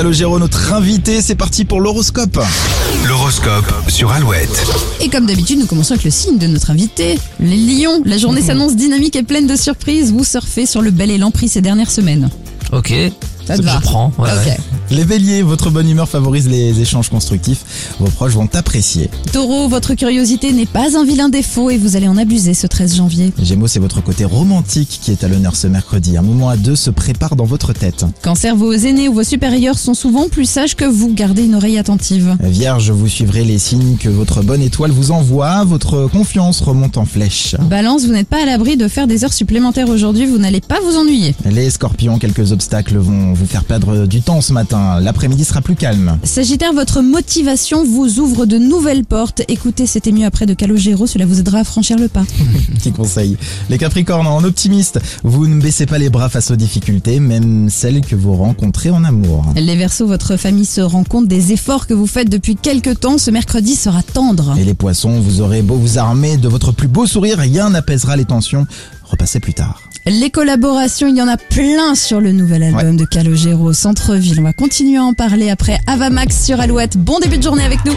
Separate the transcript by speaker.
Speaker 1: Allô Géraud, notre invité, c'est parti pour l'horoscope.
Speaker 2: L'horoscope sur Alouette.
Speaker 3: Et comme d'habitude, nous commençons avec le signe de notre invité, les lions. La
Speaker 4: Mhm.
Speaker 3: journée s'annonce dynamique et pleine de surprises. Vous surfez sur le bel élan pris ces dernières semaines.
Speaker 4: Ok,
Speaker 3: Ça te va
Speaker 4: je prends. ouais,
Speaker 3: Ok.
Speaker 4: ouais.
Speaker 1: Les béliers, votre bonne humeur favorise les échanges constructifs, vos proches vont apprécier.
Speaker 3: Taureau, votre curiosité n'est pas un vilain défaut et vous allez en abuser ce 13 janvier.
Speaker 1: Gémeaux, c'est votre côté romantique qui est à l'honneur ce mercredi. Un moment à deux se prépare dans votre tête.
Speaker 3: Cancer, vos aînés ou vos supérieurs sont souvent plus sages que vous. Gardez une oreille attentive.
Speaker 1: Vierge, vous suivrez les signes que votre bonne étoile vous envoie, votre confiance remonte en flèche.
Speaker 4: Ah.
Speaker 3: Balance, vous n'êtes pas à l'abri de faire des heures supplémentaires aujourd'hui. Vous n'allez pas vous ennuyer.
Speaker 1: Les scorpions, quelques obstacles vont vous faire perdre du temps ce matin. L'après-midi sera plus calme.
Speaker 3: Sagittaire, votre motivation vous ouvre de nouvelles portes. Écoutez, c'était mieux après de Calogero. Cela vous aidera à franchir le pas.
Speaker 1: Petit conseil. Les capricornes, en optimiste, vous ne baissez pas les bras face aux difficultés, même celles que vous rencontrez en amour.
Speaker 3: Les Verseaux, votre famille se rend compte des efforts que vous faites depuis quelques temps. Ce mercredi sera tendre.
Speaker 1: Et les poissons, vous aurez beau vous armer de votre plus beau sourire, rien n'apaisera les tensions. Repassez plus tard.
Speaker 3: Les collaborations, il y en a plein sur le nouvel album de Calogero, Centre-Ville. On va continuer à en parler après Avamax sur Alouette. Bon début de journée avec nous.